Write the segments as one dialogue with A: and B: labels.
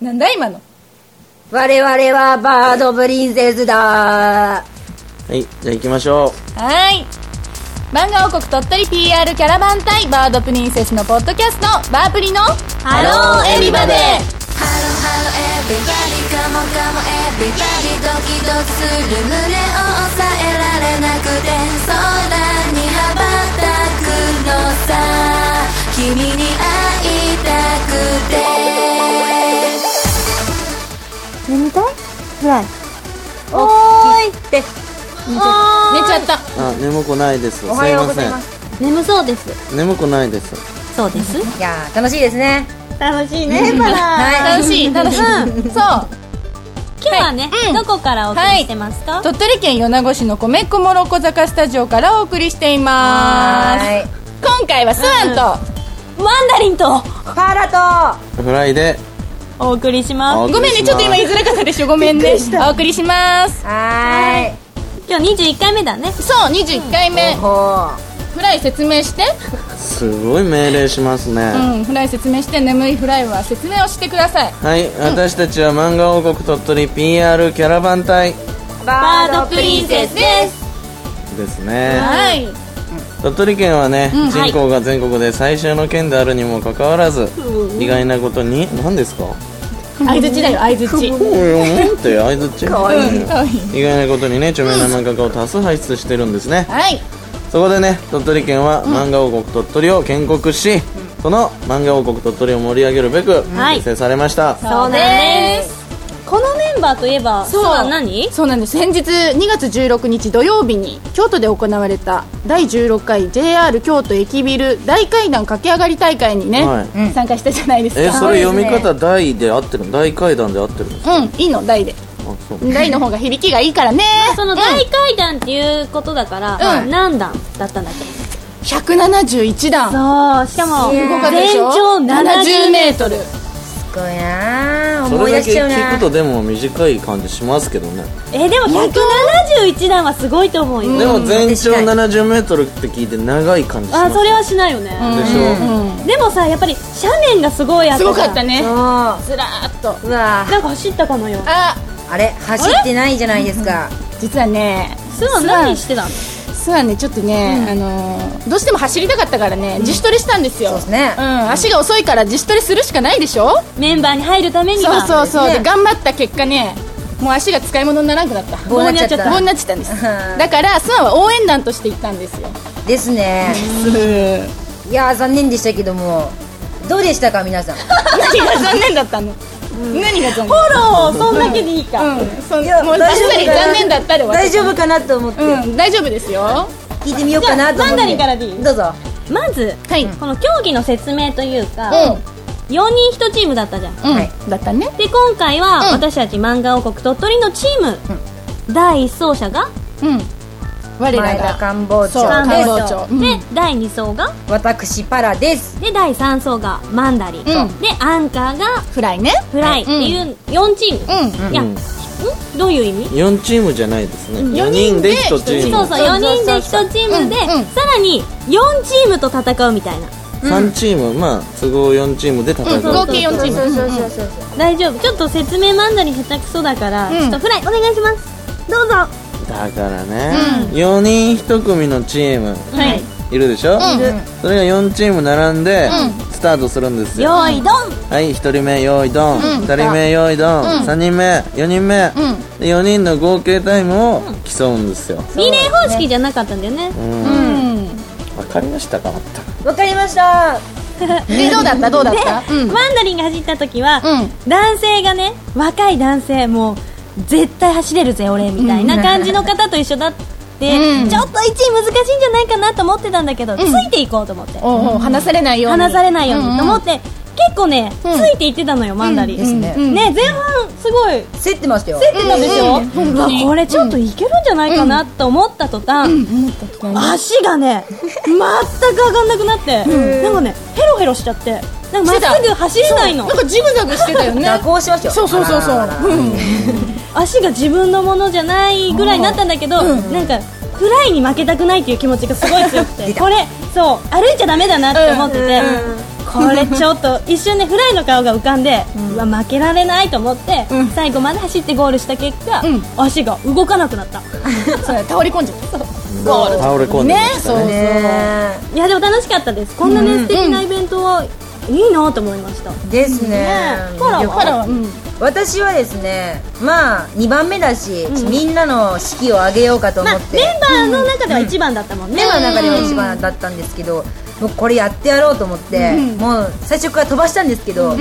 A: なんだ今の
B: 我々はバードプリンセスだ
C: はい、じゃあ行きましょ
A: はーい漫画王国鳥取 PR キャラバン隊バードプリンセスのポッドキャストバープリのハローエビバデー
D: Hello, hello, everybody, come on, come on, everybody ドキドキする胸を抑えられなくて空に羽ばたくのさ君に会いたくて
B: 眠たいぐらい
A: おーい
B: 起きて
A: 寝ちゃった
C: う。あ、眠くないです。すい
B: おはよう
C: ま
B: ござ
C: せ
B: い
C: ん
B: ま。
E: 眠そうです
C: 眠くないです。
E: そうです
B: いやー楽しいですね
E: 楽しいねバラ
B: はい
A: 楽しい楽しいそう
E: 今日はね、
A: うん
E: どこからお送りしてますか、
A: 鳥取県米子市の米っ子もろこ坂スタジオからお送りしています
B: はーい
A: 今回はスワンと、
E: ワンダリンと
B: パラ
C: フライで、
E: お送りします
C: お
A: ごめんねちょっと今言いづらかったでしょごめんねお送りします
B: とは
E: 今日21回目だね
A: そう21回目、
B: ーいほ
A: フライ説明して
C: すごい命令しますね。
A: うんフライ説明して眠いフライは説明をしてください
C: はい、私たちは漫画王国鳥取 PR キャラバン隊
B: う
E: バ
B: バ
E: ードプリンセスです
C: ですね。
A: はい
C: 鳥取県はね、人口が全国で最小の県であるにもかかわらず、意外なことに、何ですか
A: 相づちだよ相づち
C: おいおいって相づち
B: かわいい
C: 意外なことにね、著名な漫画家を多数輩出してるんですね。
A: はい
C: そこでね鳥取県は漫画王国鳥取を建国し、その漫画王国鳥取を盛り上げるべく
E: はい
C: 結成されました、
E: そうなんですこのメンバーといえばそうは何
A: そうなんです先日2月16日土曜日に京都で行われた第16回 JR 京都駅ビル大階段駆け上がり大会にね、
C: はい
A: 参加したじゃないですか
C: えそれ読み方大で合ってるの大階段で合ってるんですか
A: うんいいの大で
C: あそう
A: 大の方が響きがいいからね
E: その大階段っていうことだから、
A: うん
E: 何段だったんだっけ
A: 171段
E: そうしかも
A: すごかったで
E: 全
A: しょ
E: 長70メー
A: メートル
B: すごいなー
C: そ
B: 思い出
C: れだ
B: し
C: け
B: ちゃう
C: 聞く
B: な
C: とでも短い感じしますけどね、
E: トルえでも171段はすごいと思うよ、
C: でも全長
B: 短い
C: 7 0ルって聞いて長い感じしま
E: あ
C: す
E: それはしないよね、
C: でしょ、
E: でもさやっぱり斜面がすごいあった
A: す
E: じゃん
A: ごかったね
B: そ
A: ずらーっと
B: ううわー
E: なんか走ったかのよ
A: あ
B: あれ走ってないじゃないですか
A: 実はね
E: スワン何してたの
A: そうはねちょっとね、あのーどうしても走りたかったからね自主トレしたんですよ
B: そうですね
A: うん、足が遅いから自主トレするしかないでしょ
E: メンバーに入るために
A: そう
E: は
A: そうそう、
B: ね
A: で頑張った結果ねもう足が使い物にならなくなった
B: 棒になっちゃった
A: 棒になっちゃったんです
B: うん
A: だからスワンは応援団として行ったんですよ
B: ですねいやー残念でしたけどもどうでしたか皆さん
A: 何が残念だったの何が残念
E: フォローそんだけでいいか、
A: うんそん
B: いや
A: もう
B: 大丈夫
A: 確かに残念だったで
B: 大
A: 私
B: 丈夫かなと思って
A: うん大丈夫ですよ
B: 聞いてみようかなと思って
E: じゃあマンダリンからでいい
B: どうぞ
E: まず、
A: はい
E: この競技の説明というか、
A: うん
E: 4人1チームだったじゃん
A: うん、
B: はい
A: だったね
E: で今回は、
A: うん
E: 私たち漫画王国鳥取のチーム、第1走者が
A: うん我ら
B: 前田
A: が
B: 官房
A: そう
B: 長
A: 官
B: で
A: 房
B: す
A: 長うん
E: で第2走が
B: 私パラです
E: で第3走がマンダリンと、
A: うん
E: でアンカーが
A: フライね
E: フライっていう4チーム、
A: う
E: いや、
C: うん
E: んどういう意味
C: 4チームじゃないですね、4
A: 人
C: 人
A: で
C: で1チ
E: そう
C: ーム
E: そう4人で1チームで、
A: うんうん
E: さらに4チームと戦うみたいな
C: 3チームまあ都合4チームで戦
A: う
C: うん
A: 合計4チームうんうん
E: 大丈夫ちょっと説明マンダリン下手くそだから、
A: ん
E: ちょっとフライお願いしますどうぞは
C: だからね、4人1組のチーム
E: い
C: いるでしょ、それが4チーム並んでスタートするんですよ、
E: よーいどん
C: はい1人目用意ドン、2人目用意ドン、3人目4人目、で4人の合計タイムを競うんですよ
E: リレー方式じゃなかったんだよね
C: わかりましたか
B: わかりました
A: でどうだったどうだった
E: で、マンダリンが走った時は、
A: う
E: 男性がね若い男性もう絶対走れるぜ俺みたいな感じの方と一緒だって、
A: うん
E: ちょっと1位難しいんじゃないかなと思ってたんだけど、ついていこうと思って
A: おうおう離されないように
E: 離されないようにと思って、結構ね、ついていってたのよマンダリン、
B: ですね
E: ね前半すごい
B: 競ってましたよ
E: 出てたでしょ、うわこれちょっといけるんじゃないかなと思った途端、足が ね全く上がんなくなって、なんかねヘロヘロしちゃってなんかまっすぐ走れないの
A: なんかジグザグしてたよね
B: 蛇行しましたよ
A: そうそうそうそう
B: あらあらあら
E: 足が自分のものじゃないぐらいになったんだけど、なんかフライに負けたくないっていう気持ちがすごい強くて
B: 出た
E: これそう歩いちゃダメだなって思ってて、これちょっと一瞬ねフライの顔が浮かんで、うわ負けられないと思って、
A: うん
E: 最後まで走ってゴールした結果、
A: うん
E: 足が動かなくなった
A: そうや倒れ込んじゃったゴール
C: 倒れ込んで
A: ね
C: ました
A: そうそう、
B: ね
E: いやでも楽しかったですこんなね、素敵なイベントはいいなと思いました
B: ですね
E: えパラ
A: パラはうん
B: 私はですねまあ2番目だし、みんなの士気を上げようかと
E: ま
B: 思
E: あ
B: って、
E: メンバーの中では一番だったもんね、
B: 目の中では一番だったんですけど、もうこれやってやろうと思って、もう最初から飛ばしたんですけど、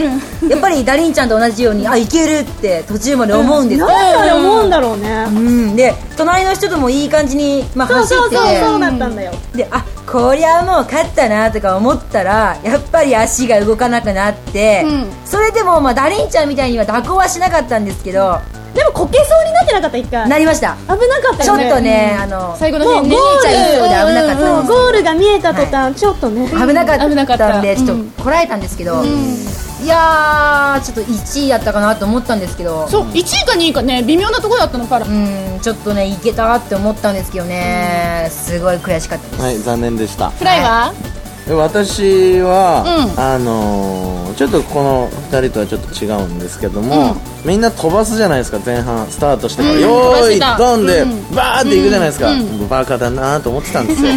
B: やっぱりダリンちゃんと同じようにあいけるって途中まで思うんですよ、
E: なんであれ思うんだろうね、
B: うん、で隣の人ともいい感じに、まあ、
E: そう
B: 走
E: そう
B: って
E: そう
B: て
E: そうだったんだよ、
B: であこりゃもう勝ったなとか思ったらやっぱり足が動かなくなって、
A: うん
B: それでもまあダリンちゃんみたいには蛇行はしなかったんですけど、
E: でもこけそうになってなかった一回
B: なりました
E: 危なかった
B: ちょ
E: よ
B: っ
E: ね
B: とね、あの
A: 最後の
E: もう
A: 辺ね
E: ゴー
B: ち
E: ル
B: ゃん一緒で危なかったです
E: うんゴールが見えた途端、ちょっとね
B: 危なか
A: 危なか
B: っ
A: ったた
B: んで、ちょ
A: う
B: っ
A: ん
B: とこらえたんですけど、いやーちょっと1位だったかなと思ったんですけど
A: そう1位か2位かね微妙なところだったのパラ
B: うんちょっとねいけたって思ったんですけどね、すごい悔しかったです
C: はい残念でした
A: フライは
C: で私は、
A: うん
C: あのーちょっとこの2人とはちょっと違うんですけども、みんな飛ばすじゃないですか前半スタートしてから、
A: うん
C: よ
A: 飛ば
C: ー
A: して
C: い
A: た
C: ドンで、
A: う
C: バーっていくじゃないですか、バカだなーと思ってたんですよ、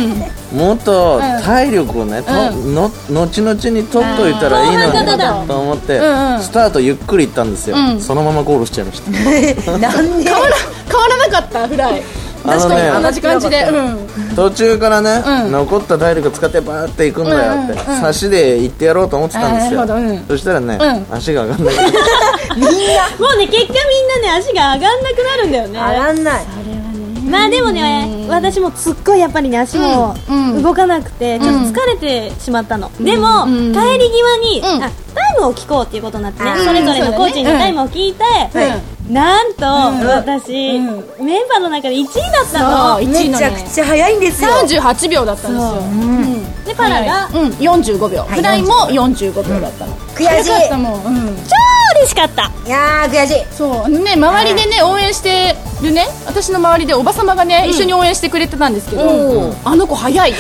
C: もっと体力をね、との後々に取っといたらいい
E: あー後半型だ
C: のにと思って、
A: うんうん
C: スタートゆっくり行ったんですよ、
A: うん
C: そのままゴールしちゃいました
B: なんで
A: 変わら変わらなかったフライ
C: あの
A: 確かに
C: ね
A: 同じ感じでうん
C: 途中からね、
A: うん
C: 残った体力使ってバーっていくんだよって、差しで行ってやろうと思ってたんですよ、
A: あーなるほどうん
C: そしたらね、
A: う
C: 足が上が んない
E: もうね結果みんなね足が上がんなくなるんだよ
B: 上
E: ね
B: がんない
E: まあでもね私もすっごいやっぱりね足も
A: うんうん
E: 動かなくてちょっと疲れてしまったの、でも、
A: うん
E: 帰り際に、
A: うん
E: あタイムを聞こうっていうことになってね、
B: うん
E: それぞれのコーチに
A: そうだね
E: タイムを聞いて、なんと、私、メンバーの中で1位だった
A: そう
E: の
A: 1位
B: め
A: の
B: ちゃく
A: ね
B: ちゃ早いんですよ
A: 38秒だったんですようん
E: でパラが、
A: うん45秒
B: い
A: フライも45秒だったの
B: 悔し
A: かった
B: い
A: もんうん
E: 超嬉しかった
B: いやー悔しい
A: そうあのね周りでね応援してるね私の周りでおばさまがね一緒に応援してくれてたんですけどあの子早い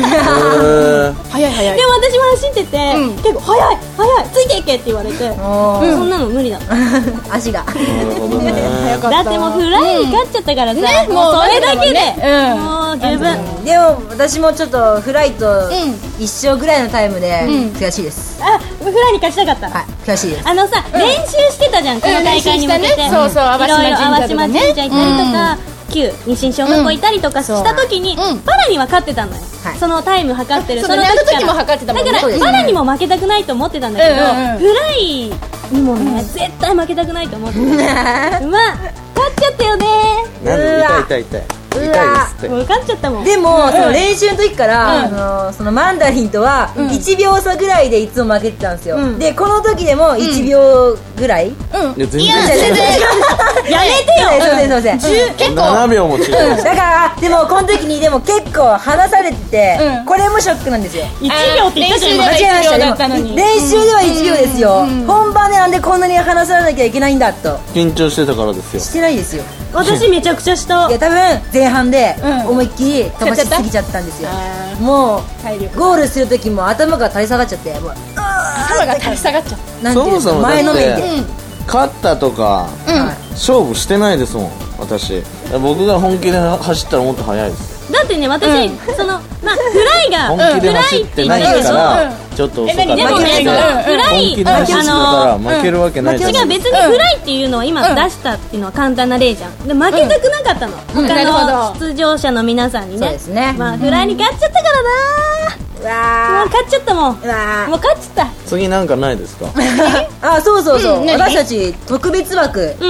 C: へー
A: 早い早い
E: でも私も走ってて、
A: うん
E: 結構早い早いついていけって言われて、
B: もう
E: そんなの無理だった
B: 足が
C: なるほどね。
A: 早か
E: だ
A: った
E: ってもうフライに勝っちゃったからさ、
A: ね
E: もう
A: もう
E: それだけで、
A: うん
E: もう十分、
B: でも私もちょっとフライト
A: ん
B: 一生ぐらいのタイムで
A: うん
B: 悔しいです、
E: あフライに勝ちたかった、
B: はい悔しい です
E: あのさ、練習してたじゃんこの大会に向け
A: 練
E: て、
A: 習したねそうそう
E: いろいろ
A: 淡島
E: 淡島
A: 神
E: 神
A: 社
E: 社
A: 行
E: 行
A: っ
E: ったた
A: り
E: り
A: と
E: と
A: か
E: か、旧日清小学校行ったりとかした時に、
A: うん
E: パラには勝ってたのよ、
B: はい
E: そのタイム測ってる
A: そう
E: の
A: だね
E: から
A: あの時も測ってたもんね
E: だ
A: そう
E: か
A: ですね
E: らパラにも負けたくないと思ってたんだけど、
A: うんうんうん
E: フライにもね、絶対負けたくないと思ってたまあ勝っちゃったよね
C: な
B: う
C: んで
B: わ
C: 痛い痛い痛い。痛
B: う
C: い
B: わ
C: ですって。
E: もう勝っちゃったもん
B: でも、その練習の時から、あのそのマンダリンとは1秒差ぐらいでいつも負けてたんですよ、
E: うん
B: でこの時でも1秒ぐら
A: う
B: い、
A: ん
C: いや全然
A: いや 全然
E: やめて
B: そうで
E: よ
B: すそうですそうです
A: 10結構
C: 7秒も違う。
B: だからでもこの時にでも結構離されてて、
A: うん
B: これもショックなんですよ
E: 1秒って言ったじゃん
A: あー練習で
E: 今
B: 間違えました
A: 1秒だったの
B: で
A: に
B: も練習では1秒ですよ、本番でなんでこんなに離さなきゃいけないんだと
C: 緊張してたからですよ。
B: してないですよ
E: 私めちゃくちゃした
B: いや多分前半で
A: うん
B: 思いっきり飛ばしすぎちゃったんですよ
A: あ
B: もう
A: 体力
B: ゴールする時も頭が垂れ下がっちゃってもう
A: 頭が垂れ下がっちゃう
B: なんてい
C: そうもそも
B: の
C: だっ
B: 前
C: て
B: のめりで、
C: 勝ったとか、
B: はい
C: 勝負してないですもん、私。僕が本気で走ったらもっと速いです。
E: だってね私、そのまあフライが
C: 本気
E: フ
C: で
E: ラ
C: 走
E: イ
C: っ
E: って
C: て
E: 言っ
C: ない
E: たでし
C: か
E: ょ
C: ら、ちょっと遅かった
A: えで
E: もね
C: けど
E: うん
C: 本気で走ってた
E: う
C: ら
E: ん
C: 負けるわけないじゃ
E: 違
C: な
E: う
C: いです
E: 別にフライっていうのを今出したっていうのは簡単な例じゃんで負けたくなかったの、
A: なる
E: 他
A: ほ
E: の出場者の皆さんに
B: そ
E: ね
B: うですね
E: まあフライに勝っちゃったから
B: うわ
E: なもう勝っちゃったもんも
B: ーうわー
E: う勝っちゃった
C: か。次なんかないですか
B: あそうそうそう、
A: うん何
B: 私たち特別枠で
E: うん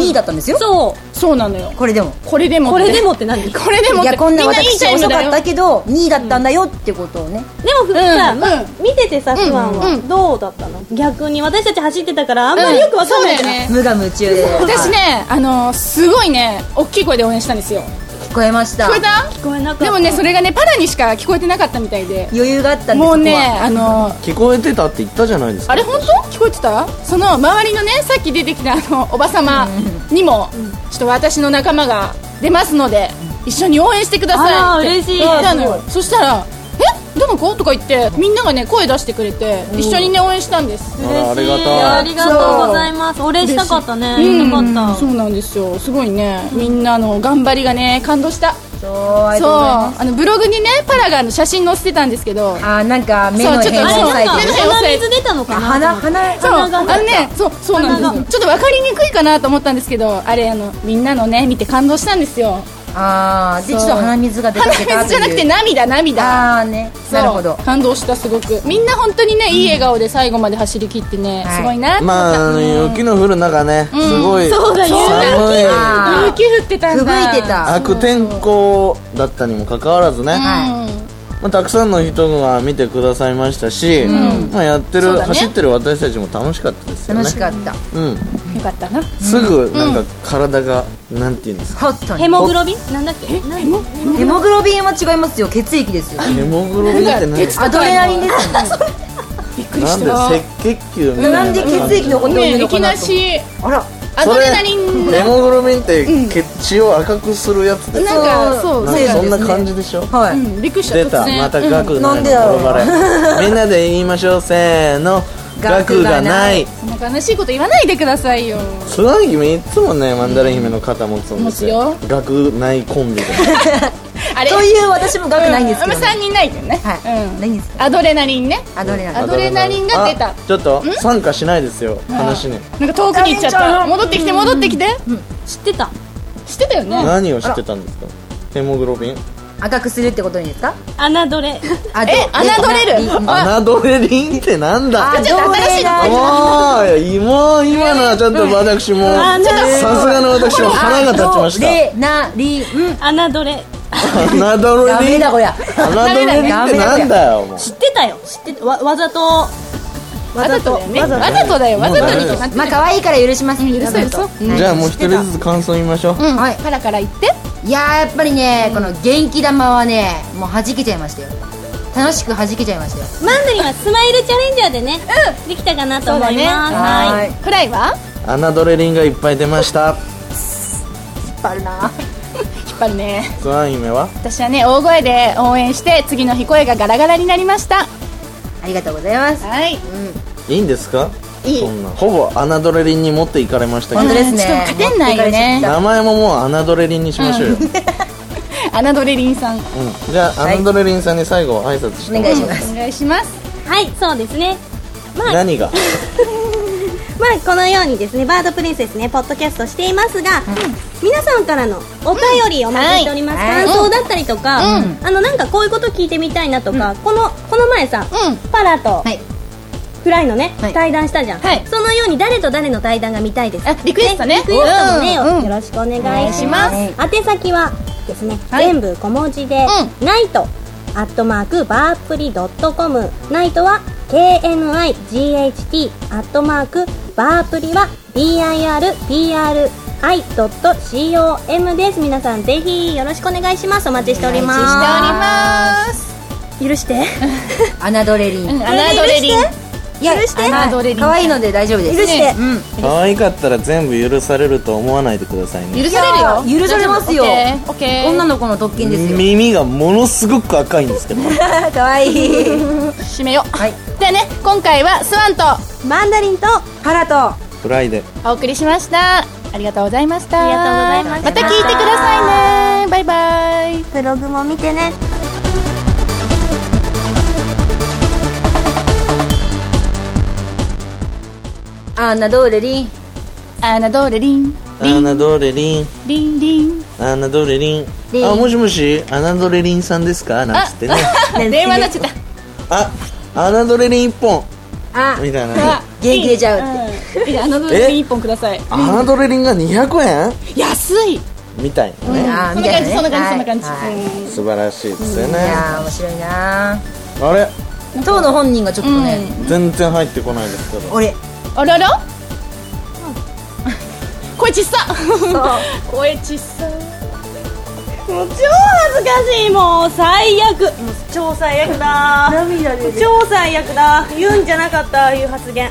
B: 2位だったんですよ、
E: そう
A: そうなのよ
B: これでも
A: これでも
E: これでもって何でも
A: これでも
B: いやこんな
A: みいい
B: 私
A: タイム
B: 遅
A: だ
B: か
A: よ
B: ったけど2位だったんだよってことをね
E: ふさ、
A: うん
E: まあ
A: う
E: 見ててさ不安
A: うん
E: は
A: う
E: どうだったの逆に私たち走ってたからあんまりよくわかんない
A: うんそうだ
E: じゃん
A: よね
B: 無我夢中で
A: 私
B: は
A: ねあのーすごいね大きい声で応援したんですよ
B: い聞こえました
A: 聞こえた
E: 聞こえなかった
A: でもねそれがねパラにしか聞こえてなかったみたいで
B: 余裕があったんです
A: もうね
B: ここは
A: あのー
C: 聞こえてたって言ったじゃないですか。
A: あれ本当聞こえてたその周りのねさっき出てきたあのおばさまにもちょっと私の仲間が出ますので一緒に応援してください
E: あら
A: って
E: 嬉しい
A: 言ったのよそしたらえどどの子とか言ってみんながね声出してくれて一緒にね応援したんです
C: あらありが
E: いやあ
C: たい
E: りがとうございますお礼したかったね
A: う
E: よ
A: ん
E: かった
A: そうなんですよすごいねみんなの頑張りがね感動した
B: そうありが
A: そう
B: とうございます
A: あのブログにねパラガンの写真載せてたんですけど
B: あーなんか目の
A: そうちょっと
B: 辺
E: あれ
B: を押
E: な
B: さ
E: んか
A: 目の
B: えて
A: 辺押さ
E: 鼻
A: え
E: 水出たのか
B: あ
E: な
B: 鼻鼻
A: そうあ
E: 鼻が
A: のねそうそうなんですよちょっと分かりにくいかなと思ったんですけどあれあのみんなのね見て感動したんですよ
B: あーでちょっ
A: そ
B: と
A: う
B: 鼻水が出か
A: 鼻
B: けた
A: 水じゃなくて
B: ね
A: 涙涙
B: ああね
A: そう
B: なるほど
A: 感動したすごくみんな本当にねいい笑顔で最後まで走り切ってね
B: はい
A: すごいなと思
C: まああ
A: っ
C: の雪の降る中ねすごい
E: そうだよ
C: 寒い
A: た
B: あー
A: 雪降ってたん
B: ふぶ
A: だ
B: いてた
C: 悪天候だったにもかかわらずね、
B: は
C: まあ、たくさんの人が見てくださいましたし、まあ、やって
A: そう
C: る、
A: だね
C: 走ってる私たちも楽しかったですよね
B: 楽しかった
C: うん、
A: よかったな
C: すぐなんか体が、なんていうんですか
B: ホットに
E: ヘモグロビンなんだっけなんだっけ
B: ヘモグロビンは違いますよ血液ですよ
C: ヘモグロビンって何
A: 血
B: アドレナリンですよね
A: びっくり
C: な
A: し
C: ん
A: た
C: で赤血球みたいな
B: なんで血液のことを言う
A: ね
B: の
A: い
B: か
A: き
B: な
A: な
B: と思って
A: し
B: あら
A: ア
C: そ
A: ド
C: れ
A: レナリン
C: ヘモグロビンって血を赤くするやつです
A: なんかそう
C: なん
A: そ
C: か
A: う
C: そんな感じでしょ
B: は
A: う
B: い
A: んびっくりした
C: 出た
A: 突然
C: また額な
B: ないんでだろ
C: の
B: う
C: 転ばれみんなで言いましょうせーの
B: 額
C: 額が
B: が
C: な
B: ないい
A: そんな悲しいこと言わないでくださいよ
C: つなぎ姫いつもねマンダレ姫の肩持つんですよ
A: 持
C: 額ないコンビで
A: あれ
B: という私も額ないんですけど
A: うんあんま3人ないけどね
B: はい
A: うん
B: ないんです
A: アドレナリンね
B: アドレナリ ン
A: アドレナリンが出た
C: あちょっと参加しないですよ話に
A: なんか遠くに行っちゃった戻ってきて戻ってきて
E: 知ってた
A: 知ってたよね
C: 何を知ってたんですかヘモグロビン
B: 赤くするってことにですか
E: 穴ど れ
B: あ
A: え侮れる
C: 侮れりんってなん
B: ア
C: だ
B: ドレナリン
C: ああ、いやもう今のはちょっと私も、
E: あちょっと
C: さすがの私も腹が立ちま
B: アド
C: し
B: レナリン
E: 穴どれ
C: た。侮
B: ダ
C: れり
B: メ
C: ん、
B: だこりゃ
C: 侮れりんってなんだよ、もう。
E: 知ってたよ知ってたわわざと
A: わざとだよねわざとだよわざとにとか
B: まあ可愛いから許します許
A: そうそう
C: じゃあもう一人ずつ感想言いましょう。
A: うん
B: はい
A: パラから言って
B: いやーやっぱりね、この元気玉はねもう弾けちゃいましたよ楽しく弾けちゃいましたよ
E: マンドリンはスマイルチャレンジャーでね、できたかなと思います、はい
B: い
A: フライは
C: 侮れりんがいっぱい出ました。
B: 引っ張るな
A: 引っ張るね
C: ツアン姫は
A: 私はね大声で応援して次の日声がガラガラになりました
B: ありがとうございます
A: はい
C: いいんですか
A: いい
C: そんな。ほぼ侮れりんに持っていかれました
B: 本
C: け
B: 当
C: ど。
B: ですね
A: ちょっと勝てないよね
B: 持ってかれちゃっ
C: 名前ももう侮れりんにしましょうよ。
A: 侮れりんさんお
C: うんじゃあ、侮れりんさんに最後挨拶して
B: お
C: も
B: 願いします
A: 願いします
E: はい、そうですね
C: 何が
E: まあこのようにですねバードプリンセスねポッドキャストしていますが、皆さんからのお便りをお待ちしております、
B: うんはい
E: 感想だったりとか、あのなんかこういうこと聞いてみたいなとか、このこの前さ、
A: うん
E: パラと
B: はい
E: フライのね、
B: はい
E: 対談したじゃん、
A: はい
E: そのように誰と誰の対談が見たいですか
A: あリクエストね
E: リクエストもね、
A: うん
E: よろしくお願いします,、
B: お願いし
E: 宛先はですね、
A: はい
E: 全部小文字で、
A: う
E: ナイトアットマークバープリドットコムナイトは KNIGHT アットマークバープリは BIRPRI.com です皆さんぜひよろしくお願いしますお待ちしております
B: お
A: 願いしております
E: 許して
B: 侮れりん
A: うん侮れりん
B: いや
E: 許して
A: 侮れりん
B: 可愛いので大丈夫です
E: 許して
B: うん
C: 可愛かったら全部許されると思わないでくださいね。
A: 許されるよ
B: いやー許されますよ
A: オッケーオッケー
B: 女の子の特権ですよ
C: 耳がものすごく赤いんですけど
B: 可愛い
A: 締めよう、
B: はい
A: じゃあね今回はスワンと
E: マンダリンと
B: パラと
C: フライデー
A: お送りしましたありがとうございました
E: ありがとうございました
A: また聞いてくださいねバイバイ
E: ブログも見てね
B: あんなどうれりん
A: アナドーレリンリ
C: ア
A: ン
C: ナドレリン
A: リンリン
C: アナドレリン
B: リン
C: あもしもしアナドレリンさんですかなんつってね
A: 電話になっちゃった
C: あアナドレリン一本
B: あ
C: みたいなね
A: あ
B: 元気出ちゃうって
A: いやアナドーレリン一本ください
C: アナドレリンが200円
A: 安い
C: みたいなね
B: あ
A: そ
B: ー
A: んな感
B: みたい
A: じ
B: ね
A: そんな感じそんな感じ
B: はいはい
A: うん
C: 素晴らしいです
B: い
C: よね
B: やー面白いな
C: あれ
B: 当の本人がちょっとね
C: 全然入ってこないですけど
B: 俺
A: あらら声ちっさ声ちっさ
E: もう超恥ずかしいもう最悪もう超最悪だ涙出超最悪だ言うんじゃなかったいう発言